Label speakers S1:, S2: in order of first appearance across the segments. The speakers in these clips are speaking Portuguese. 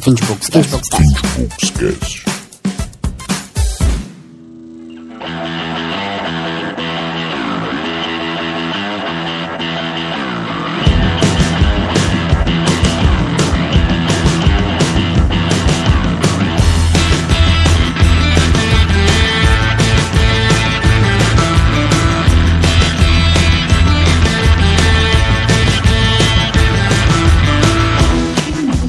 S1: 20 e poucos, 15 e poucos casos.
S2: Esquece.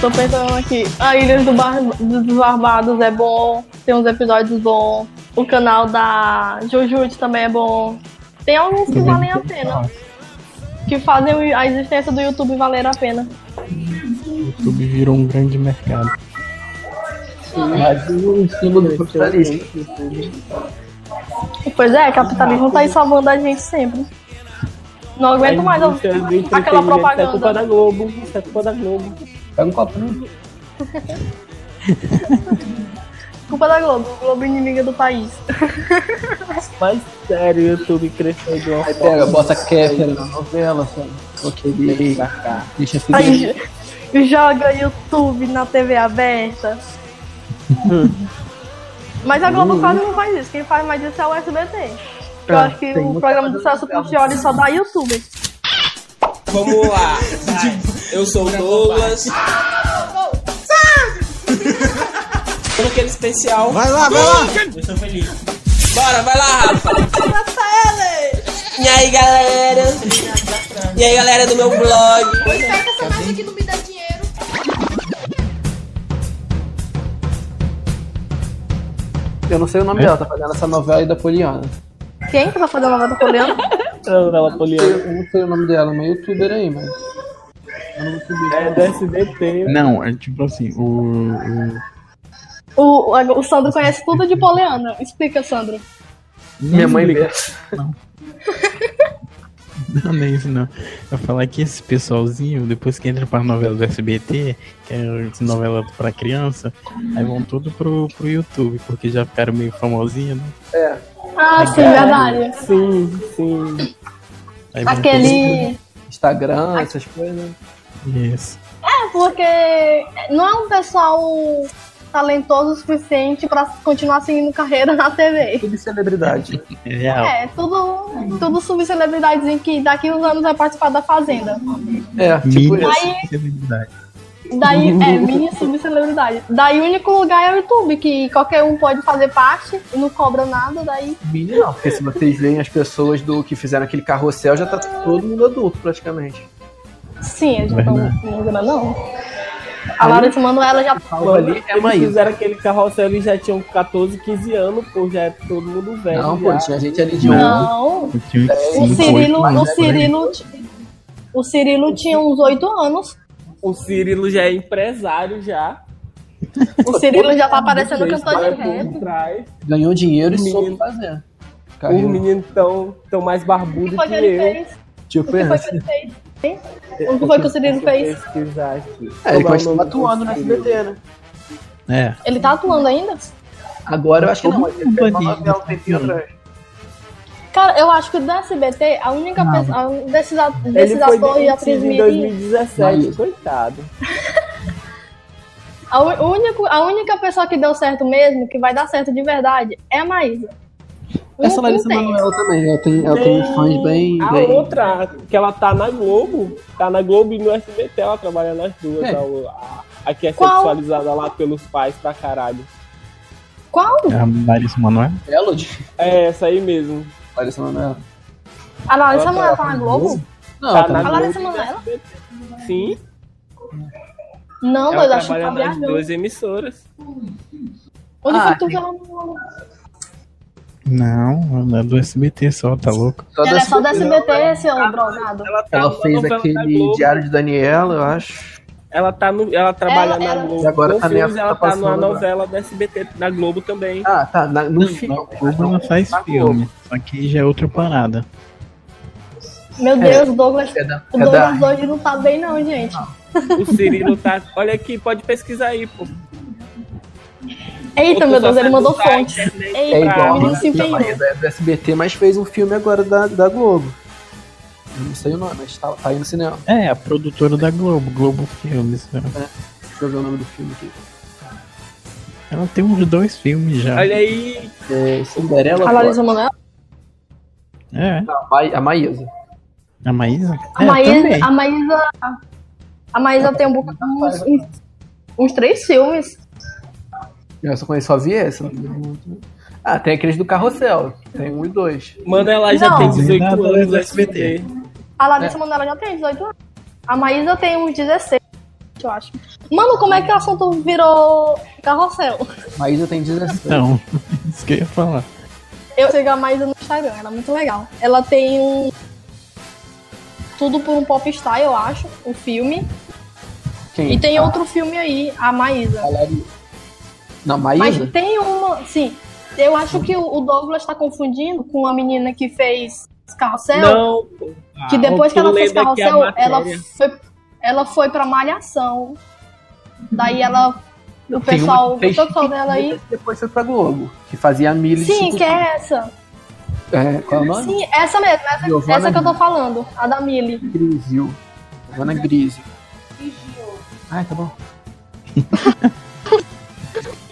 S3: Tô pensando aqui. A Ilha do Bar- dos Barbados é bom. Tem uns episódios bons. O canal da Jujutsu também é bom. Tem alguns que valem a pena. Que fazem o- a existência do YouTube valer a pena.
S4: O YouTube virou um grande mercado.
S5: Mas o símbolo do
S4: é
S5: capitalismo.
S3: Pois é, capitalismo tá aí salvando a gente sempre. Não aguento mais
S5: A indústria do
S3: a- aquela
S5: entretenimento, Isso é culpa
S3: propaganda.
S5: da Globo. Isso é culpa da Globo.
S1: Pega um copinho.
S3: Culpa da Globo. Globo inimiga do país.
S5: Mas sério, o YouTube cresceu de uma
S1: Aí
S5: forma.
S1: pega, bota Kéfera na
S5: novela, sabe?
S1: Ok, deixa pra cá. Deixa assim. filho.
S3: Aí j- joga YouTube na TV aberta. Mas a Globo quase não faz isso. Quem faz mais isso é o SBT. Eu acho que o programa do Celso Portioli só dá YouTube.
S6: Vamos lá. Eu sou o Douglas. Por aquele especial.
S7: Vai lá, vai lá!
S6: Bora, vai lá, Rafa. E aí, galera? E aí, galera do meu blog?
S8: Espera que essa massa aqui não me dá dinheiro.
S1: Eu não sei o nome dela, tá fazendo essa novela aí da Poliana.
S3: Quem que tá fazendo a nova coreana?
S5: Novela poliana.
S1: Eu não sei o nome dela, mas é youtuber aí, mas. Eu não vou subir.
S5: É do SBT.
S4: Não, é tipo assim, o. o-
S3: O, o, o Sandro conhece tudo de Poliana. Explica, Sandro.
S4: Minha mãe Não, não é isso não. Eu falar que esse pessoalzinho, depois que entra pra novela do SBT, que é essa novela pra criança, aí vão tudo pro, pro YouTube, porque já ficaram meio famosinhos, né?
S3: Ah, sim, verdade.
S5: Sim, sim.
S4: Aí vão
S3: Aquele.
S1: Instagram, essas coisas.
S4: tudo- Isso.
S3: É porque não é um pessoal talentoso o suficiente pra continuar seguindo carreira na TV.
S1: Tudo de celebridade.
S4: É real.
S3: É, tudo, tudo subcelebridades em que daqui uns anos vai participar da Fazenda.
S1: É, tipo
S4: Mídia
S1: isso.
S4: celebridade.
S3: Daí, é, mini subcelebridade. Daí o único lugar é o YouTube, que qualquer um pode fazer parte e não cobra nada, daí.
S1: Mídia não, porque se vocês veem as pessoas do que fizeram aquele carrossel, já tá todo mundo adulto praticamente.
S3: Sim, eles não
S4: Verdade.
S3: estão grana, não. A Larissa Manoela já.
S1: Algo ali é
S5: Eles
S1: Maísa.
S5: fizeram aquele carrossel, eles já tinham 14, 15 anos, pô, já é todo mundo velho.
S1: Não, pô,
S5: já.
S1: tinha gente ali de um.
S3: Não.
S4: Eu tinha
S3: O
S4: cinco,
S3: Cirilo,
S4: oito, né?
S3: o
S4: mais por aí.
S3: Cirilo. O Cirilo tinha uns oito anos.
S5: O Cirilo já é empresário já.
S3: O Cirilo já tá parecendo cantor de
S5: Vai por
S3: rap.
S5: trás.
S1: Ganhou dinheiro e
S5: Menino.
S1: soube fazer.
S5: Os
S1: Carreira.
S5: meninos tão, tão mais
S3: O
S5: barbudos
S3: que
S5: que,
S3: foi que ele
S5: eu.
S3: fez? O
S1: Tipo,
S3: que foi que
S1: pensa.
S3: ele fez? Hein? O que foi que o Cirilo
S5: Deixa eu
S3: fez?
S5: pesquisar aqui.
S1: É, ele
S5: Como é o
S1: continua
S5: nome do
S1: atuando no
S5: Cirilo?
S1: SBT, né?
S4: É.
S3: Ele tá atuando ainda?
S1: Agora eu acho que não.
S4: Todo
S1: Ele fez uma
S4: mundo
S1: novela um
S4: ali.
S1: tempinho atrás.
S3: Cara, eu acho que do SBT, a única pessoa. a um Desses, a- desses
S5: Ele foi
S3: atores e atrizes
S5: demitido em
S3: mirim,
S5: 2017,
S1: Mas-
S5: coitado.
S3: a, u- o único, a única pessoa que deu certo mesmo, que vai dar certo de verdade, é a Maísa.
S1: Essa
S3: Não-
S1: Larissa
S3: não tem.
S1: Manoela também, né? ela tem, ela tem uns fãs bem.
S5: A
S1: bem...
S5: outra, que ela tá na Globo, tá na Globo e no SBT, ela trabalha nas duas.
S1: É.
S5: A, a- a que é
S3: Qual?
S5: sexualizada lá pelos pais pra caralho.
S3: Qual?
S4: É, A Larissa Manoel?
S1: Melody?
S5: É essa aí mesmo.
S1: Larissa Manoela.
S3: A Larissa
S5: Ela
S3: Manoela tá na Globo?
S1: Não,
S5: Tá
S1: tá
S5: na
S3: A
S1: na-
S3: Larissa
S5: Globo e no
S3: Manoela?
S5: SBT. Sim,
S3: Não,
S5: ela
S3: doido, acho que tá
S5: trabalha nas
S3: viajando.
S5: duas emissoras.
S3: Onde
S1: Ah,
S3: foi tu que ela não.
S4: Não, é do SBT só, tá louco?
S1: só da
S3: Ela é só do
S1: SBT.
S3: SBT, seu drogado.
S5: Ela, tá
S1: Ela
S5: na
S1: fez
S5: novela da
S1: aquele
S5: Globo.
S1: Diário de Daniela, eu acho.
S5: Ela, tá no, ela trabalha
S3: Ela-
S5: na
S3: ela-
S5: Globo.
S1: E agora
S5: no
S1: tá
S5: filmes,
S1: nessa,
S5: ela
S1: tá
S5: tá numa
S1: passando agora.
S5: novela da SBT, da Globo também.
S1: Ah, tá, na- no filme.
S4: Globo ela faz filme, só que já é outra parada.
S3: Meu Deus, o Douglas.
S1: É da,
S3: O
S1: é da
S3: Douglas hoje não tá bem, não, gente.
S1: Ah.
S5: O Cirilo tá. Olha aqui, pode pesquisar aí, pô.
S3: Eita, meu
S5: Outro
S3: Deus, ele
S5: sacado
S3: mandou
S5: tá aí,
S3: fontes.
S5: né?
S1: É
S3: Eita,
S1: igual
S3: o
S1: a
S3: menino se
S1: Larissa
S3: empenhou.
S1: Manoela, é do SBT, mas fez um filme agora da, da Globo. Eu não sei o nome, mas tá, tá aí no cinema.
S4: É, a produtora da Globo, Globo Filmes. né?
S1: Deixa eu ver o nome do filme aqui.
S4: Ela tem uns dois filmes já.
S5: Olha aí,
S1: É Cinderela
S3: A Larissa
S1: Ford.
S3: Manoela?
S4: É,
S1: A, Ma a Maísa.
S4: a Maísa.
S3: A
S4: é, também.
S3: Maísa. A Maísa. A Maísa tem um bocado. Uns, uns, uns três filmes.
S1: Eu só conheço, só vi essa. Ah, tem aqueles do Carrossel. Tem um e dois.
S5: mano, ela já
S3: Não.
S5: tem 18
S4: Nada,
S5: anos
S4: né,
S5: no SBT.
S3: A Larissa Manoela já tem 18 anos. A Maísa tem uns 16, eu acho. Mano, como é que o assunto virou carrossel?
S1: Maísa tem 16.
S4: Então, isso que eu ia falar.
S3: Eu sigo a Maísa no Instagram, ela é muito legal. Ela tem um. Tudo por um popstar, eu acho, o filme.
S1: Quem?
S3: E tem um-
S1: a,
S3: outro filme aí, a Maísa.
S1: a Lari- Não,
S3: Mas
S1: Maísa?
S3: tem uma. Sim. Eu acho que o o Douglas tá confundindo com a menina que fez Carrossel.
S5: Não, pô.
S3: que
S5: Ah,
S3: depois que ela
S5: tu
S3: fez
S5: lê daqui a
S3: Carrossel, ela
S5: matéria.
S3: foi, ela foi pra Malhação. Daí ela. O
S1: Tem uma
S3: pessoal.
S1: que
S3: O
S1: fez
S3: pessoal dela aí.
S1: Depois foi pra Globo, que fazia a milha de
S3: Sim,
S1: cinco-
S3: que é essa.
S1: É, qual é o nome?
S3: Sim, essa mesmo. Essa,
S1: Giovanna
S3: essa que eu tô falando. A da Millie.
S1: Grisio. Giovanna Grisio. Ah, tá bom.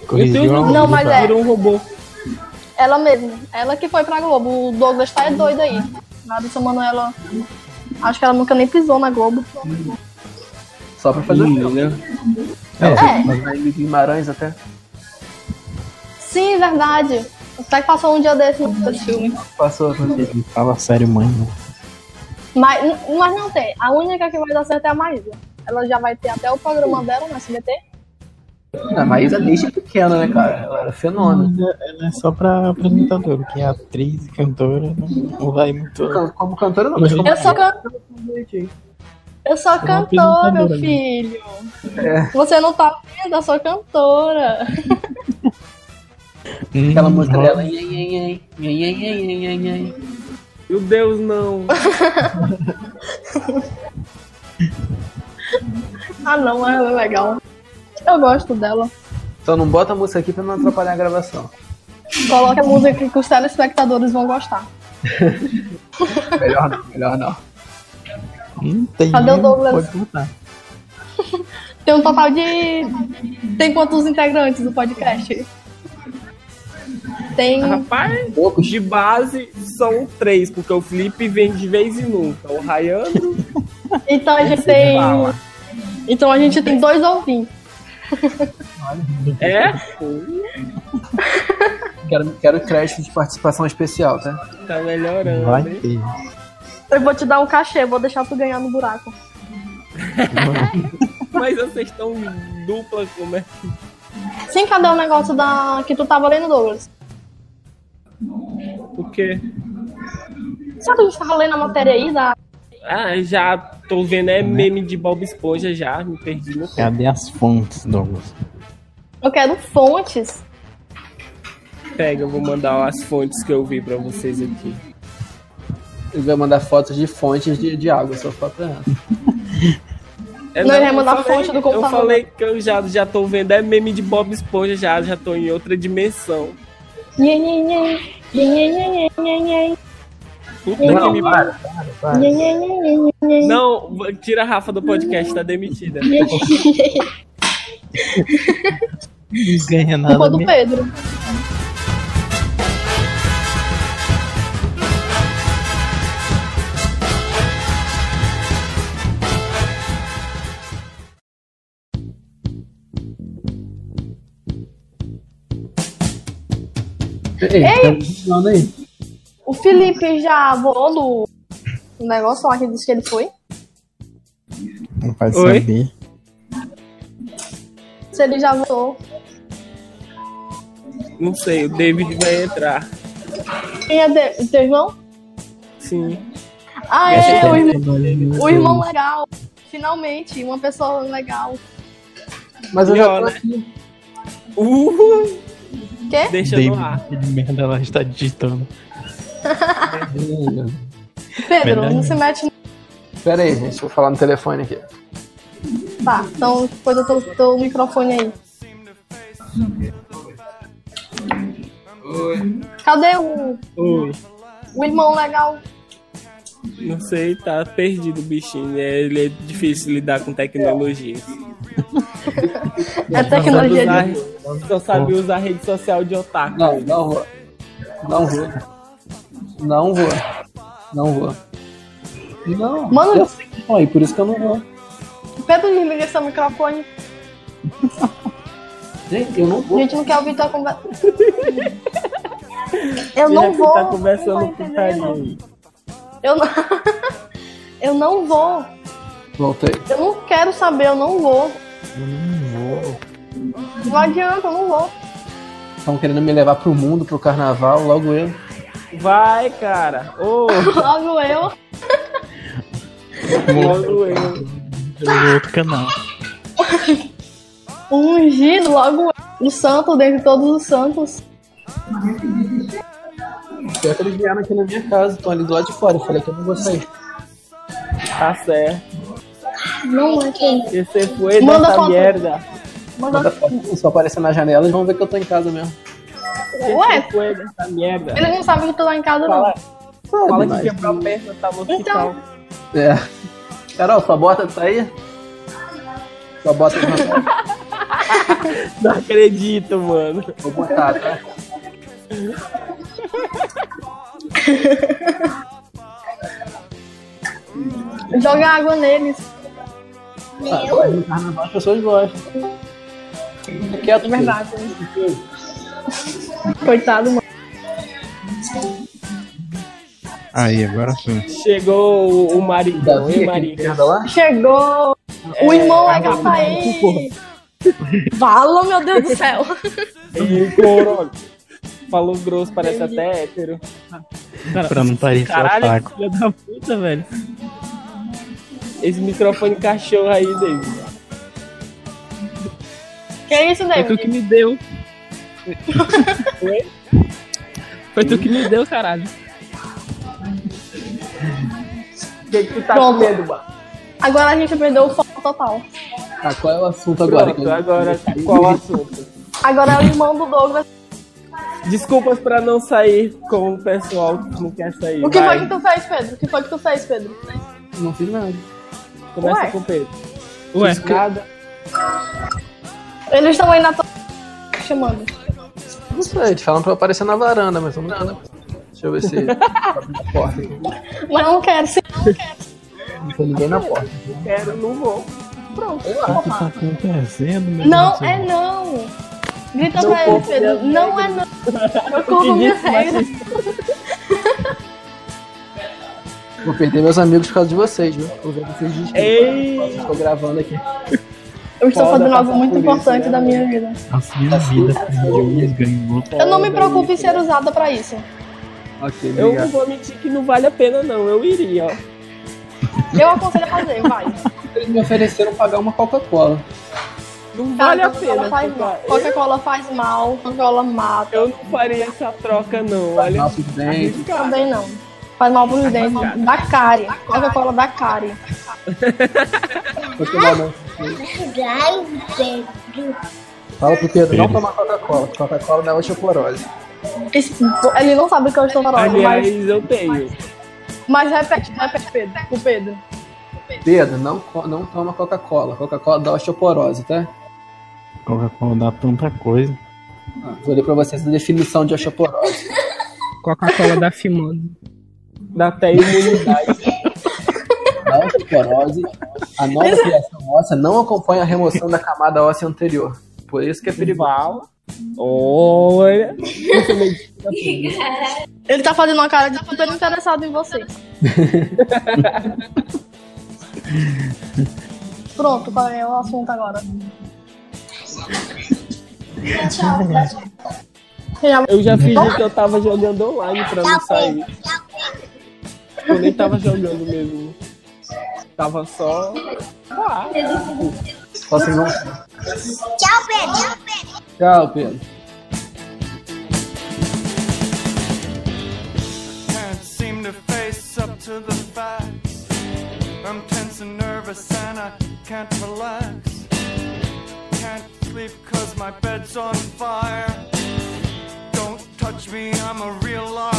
S4: Corrigiu
S5: Deus,
S4: a
S5: não.
S4: Maísa.
S3: Não, mas é.
S5: Virou um robô.
S3: Ela mesmo. Ela que foi pra Globo. O Douglas tá é doido aí. Larissa Manoela. Acho que ela nunca nem pisou na Globo.
S1: Só pra fazer o filme.
S5: Menina.
S3: É.
S1: Mas a Emily Guimarães até.
S3: Sim, verdade. Até que passou um dia desse no filme.
S1: Passou a fazer.
S4: Fala assim. sério, mãe. né? não.
S3: Mas, mas não tem. A única que vai dar certo é a Maísa. Ela já vai ter até o programa dela no SBT.
S1: A Maísa desde pequena, né, cara? Ela era fenômeno.
S4: Ela é só pra apresentadora, que é atriz e cantora. Não, não vai muito.
S1: Can- Como cantora, não, mas como
S3: Eu sou, can... eu sou cantora, meu
S4: apresentadora, né?
S3: filho.
S1: É,
S3: Você não tá vendo, eu sou cantora.
S4: Hum,
S1: aquela música
S4: rola.
S1: dela. né? Ai, ai, ai, ai, ai, ai, ai, ai, ai.
S5: Meu Deus, não.
S3: Ah, não, ela é legal. Eu gosto dela.
S1: Só não bota a música aqui pra não atrapalhar a gravação.
S3: Coloca a música que os telespectadores vão gostar.
S1: Melhor não, melhor não.
S4: Hum, tem
S3: Cadê o
S4: um,
S3: Douglas?
S4: Pode botar.
S3: Tem um total de. Tem quantos integrantes do podcast? Tem.
S5: Rapaz,
S1: Poucos.
S5: de base são três, porque o Felipe vem de vez em nunca. O Rayando
S3: Então a gente tem.
S5: fala.
S3: Então a gente tem dois ouvintes.
S5: é.
S1: Quero, quero crédito de participação especial, tá?
S5: Tá melhorando.
S4: Vai
S5: hein?
S4: ter.
S3: Eu vou te dar um cachê, vou deixar tu ganhar no buraco.
S5: Mas vocês estão dupla como é?
S3: Sim, cadê o negócio da que tu tava lendo, Douglas?
S5: O quê?
S3: Sabe que a gente tava lendo a matéria aí da.
S5: Ah, já tô vendo é meme de Bob Esponja já, me perdi no tempo.
S4: Cadê as fontes, Douglas?
S3: Eu quero fontes.
S5: Pega, eu vou mandar as fontes que eu vi pra vocês aqui.
S1: Ele vai mandar fotos de fontes de, de água, só foto é essa.
S5: É,
S3: Não, ele vai
S5: eu
S3: mandar a
S5: falei-
S3: fonte do computador.
S5: Eu falei que eu já, já tô vendo é meme de Bob Esponja já, já tô em outra dimensão.
S3: Nhe, nhe, nhe. Nhe, nhe, nhe, nhe, nhe,
S5: Puta
S1: Não,
S5: que me...
S1: para, para, para.
S3: nhe, nhe, nhe, nhe, nhe, nhe.
S5: Não, v- tira a Rafa do podcast, tá demitida.
S4: Não
S3: Ficou
S4: ganha nada
S3: do
S4: mesmo.
S3: Pedro.
S1: Ei, tá funcionando aí.
S3: O Felipe já voou no negócio lá que disse que ele foi.
S4: Não faz
S5: Oi?
S4: saber.
S3: Se ele já voou.
S5: Não sei, o David vai entrar.
S3: Quem é de- teu irmão?
S5: Sim.
S3: Ah, é, o irmão,
S4: Trabalhando
S3: o irmão legal. Finalmente, uma pessoa legal.
S1: Mas eu já tô
S5: Melhor, né?
S1: aqui.
S5: Uhul!
S3: Quê?
S5: Deixa no ar.
S4: David, que merda, ela está digitando.
S3: Pedro,
S4: Melhor
S3: não se mete
S1: Pera aí, gente, vou falar no telefone aqui.
S3: Tá, então depois eu tô teu microfone aí. Cadê o,
S5: Oi.
S3: o irmão legal?
S5: Não sei, tá perdido o bichinho. É, ele é difícil lidar com tecnologia.
S3: É tecnologia de.
S5: Só sabe usar rede social de otaku.
S1: Não, não vou. Não vou. Não vou. Não vou. Não.
S3: Mano-
S1: eu sei que estão aí, por isso que eu não vou.
S3: Pedro, desliga seu microfone.
S1: Gente, eu não
S3: A
S1: vou.
S3: gente não quer ouvir tua conversa. Eu
S5: Já
S3: não
S5: que
S3: vou.
S5: tá
S3: não tô
S5: conversando com
S3: entendendo.
S5: carinho.
S3: Eu não. Eu não vou.
S1: Voltei.
S3: Eu não quero saber, eu não vou. Não adianta, eu não vou.
S1: Estão querendo me levar pro mundo, pro carnaval, logo eu.
S5: Vai, cara. Ô,
S3: Logo eu.
S5: logo eu.
S4: Do outro canal.
S3: O ungido, logo eu. O santo, dentre todos os santos.
S1: Pior que eles vieram aqui na minha casa, estão ali do lado de fora. Eu falei é que eu não vou sair.
S5: Tá certo.
S3: Não é quem.
S5: E Você foi
S3: Manda
S5: dessa
S3: foto.
S5: merda.
S1: Manda
S3: Manda...
S1: foto, se eu aparecer na janela, eles vão ver que eu tô em casa mesmo.
S3: Ué,
S5: Você foi dessa merda.
S3: ele não sabe que tu tá em casa, não. Então-
S5: Fala, fala
S1: mas-
S5: que quebrou a perna, tá no hospital.
S1: É. Carol, sua bota tá aí? Sua bota tá não
S5: Não acredito, mano.
S1: Vou botar, tá?
S3: Joga água neles.
S1: Ah, no carnaval as pessoas gostam. Fica
S5: é
S3: É
S1: Quieto, verdade.
S3: Coitado, mano.
S4: Aí, agora sim.
S5: Chegou o- o marido.
S1: Davi,
S5: Oi,
S1: aquele
S5: marido.
S1: merda lá.
S3: Chegou! O irmão é Gafaí! Fala, meu Deus do céu!
S5: E corona. Falou grosso, parece até hétero.
S4: Pra não tá parecer
S5: Caralho,
S4: otaku.
S5: filha da puta, velho. Esse microfone cachorro aí, David.
S3: Que é isso,
S5: Foi tu É que
S3: David?
S5: me deu. Oi? Foi tu que me deu, caralho. O que, que tu tá
S3: Pronto.
S5: comendo, mano?
S3: Agora a gente perdeu o foco total.
S1: Ah, qual é o assunto agora?
S5: Pronto, agora qual o assunto?
S3: Agora é o irmão do Douglas.
S5: Desculpas pra não sair com o pessoal que não quer sair.
S3: O que foi
S5: vai.
S3: que tu fez, Pedro? O que foi que tu fez, Pedro?
S1: Não fiz nada.
S5: Começa
S3: Ué.
S5: com o Pedro.
S2: Ué,
S5: Nada.
S3: Eles estão aí na tua. chamando.
S1: Não sei, eles falam pra eu aparecer na varanda, mas eu não nada. Deixa eu ver se. abre a porta. aqui.
S3: Mas eu não quero ser.
S1: Não tem ninguém na porta.
S5: Quero, não vou.
S3: Pronto,
S4: O que tá
S3: porra.
S4: acontecendo, meu
S3: Não
S4: Deus do
S3: é
S4: céu?
S3: não! Grita
S5: Meu
S3: pra ele,
S5: corpo
S3: Pedro.
S5: me
S3: Não é não! Meu corpo
S5: Que
S3: me
S5: disse, mas assim,
S3: regra.
S1: Vou perder meus amigos por causa de vocês, viu? Vou ver vocês desculpa.
S5: Ei!
S1: Estou gravando aqui.
S3: Eu estou
S5: Foda
S3: fazendo algo
S5: passar
S3: muito
S5: por isso,
S3: importante
S5: né,
S3: da
S5: mano?
S3: minha vida.
S4: As minhas vidas, perdi umas, ganhei outras.
S3: Eu não me preocupo em ser usada pra isso.
S1: Ok,
S5: Eu não vou mentir que não vale a pena, não. Eu iria, ó.
S3: Eu aconselho a fazer, vai.
S1: Eles me ofereceram pagar uma Coca-Cola.
S5: Não
S3: Cara,
S5: vale a
S3: Coca-Cola
S5: pena.
S3: então faz mal.
S5: trocar.
S3: Coca-Cola faz mal, Coca-Cola mata.
S5: Eu não faria essa troca, não. Olha,
S1: Nossos dentes.
S3: Também não. Faz mal pros dentes. Da cárie. Coca-Cola da cárie.
S1: Coca-Cola não. um Fala pro Pedro, não tomar Coca-Cola. Coca-Cola não é osteoporose.
S3: Esse- tipo Ele é não sabe o que eu estou falando,
S5: aliás,
S3: mas,
S5: eu tenho.
S3: mas repete, repete, Pedro. O Pedro.
S1: Pedro, não, co- não toma Coca-Cola. Coca-Cola dá osteoporose, tá?
S4: Coca-Cola dá tanta coisa.
S1: Ah, vou ler pra vocês a definição de osteoporose.
S2: Coca-Cola da Fimando.
S5: Dá até imunidade.
S1: Na osteoporose, a nova criação óssea não acompanha a remoção da camada óssea anterior. Por isso que é perigoso.
S5: Rival. Olha.
S3: Ele tá fazendo uma cara de super interessado em vocês. Pronto, qual é o assunto agora? Tchau.
S5: Eu já fiz o que eu tava jogando online pra não sair. Eu nem tava jogando mesmo. Tava só. Ah,
S1: Só assim, não... Tchau, Pedro.
S7: can't seem to face up to the facts. I'm tense and nervous and I can't relax. Can't sleep cause my bed's on fire. Don't touch me, I'm a real liar.